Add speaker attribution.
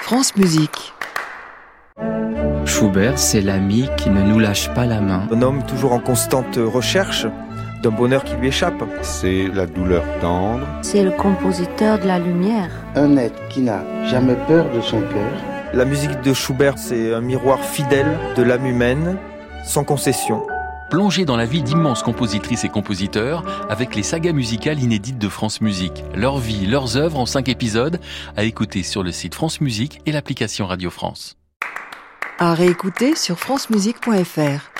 Speaker 1: France Musique.
Speaker 2: Schubert, c'est l'ami qui ne nous lâche pas la main.
Speaker 3: Un homme toujours en constante recherche d'un bonheur qui lui échappe.
Speaker 4: C'est la douleur tendre.
Speaker 5: C'est le compositeur de la lumière.
Speaker 6: Un être qui n'a jamais peur de son cœur.
Speaker 3: La musique de Schubert, c'est un miroir fidèle de l'âme humaine, sans concession.
Speaker 7: Plongez dans la vie d'immenses compositrices et compositeurs avec les sagas musicales inédites de France Musique. Leur vie, leurs œuvres en 5 épisodes à écouter sur le site France Musique et l'application Radio France.
Speaker 1: À réécouter sur francemusique.fr.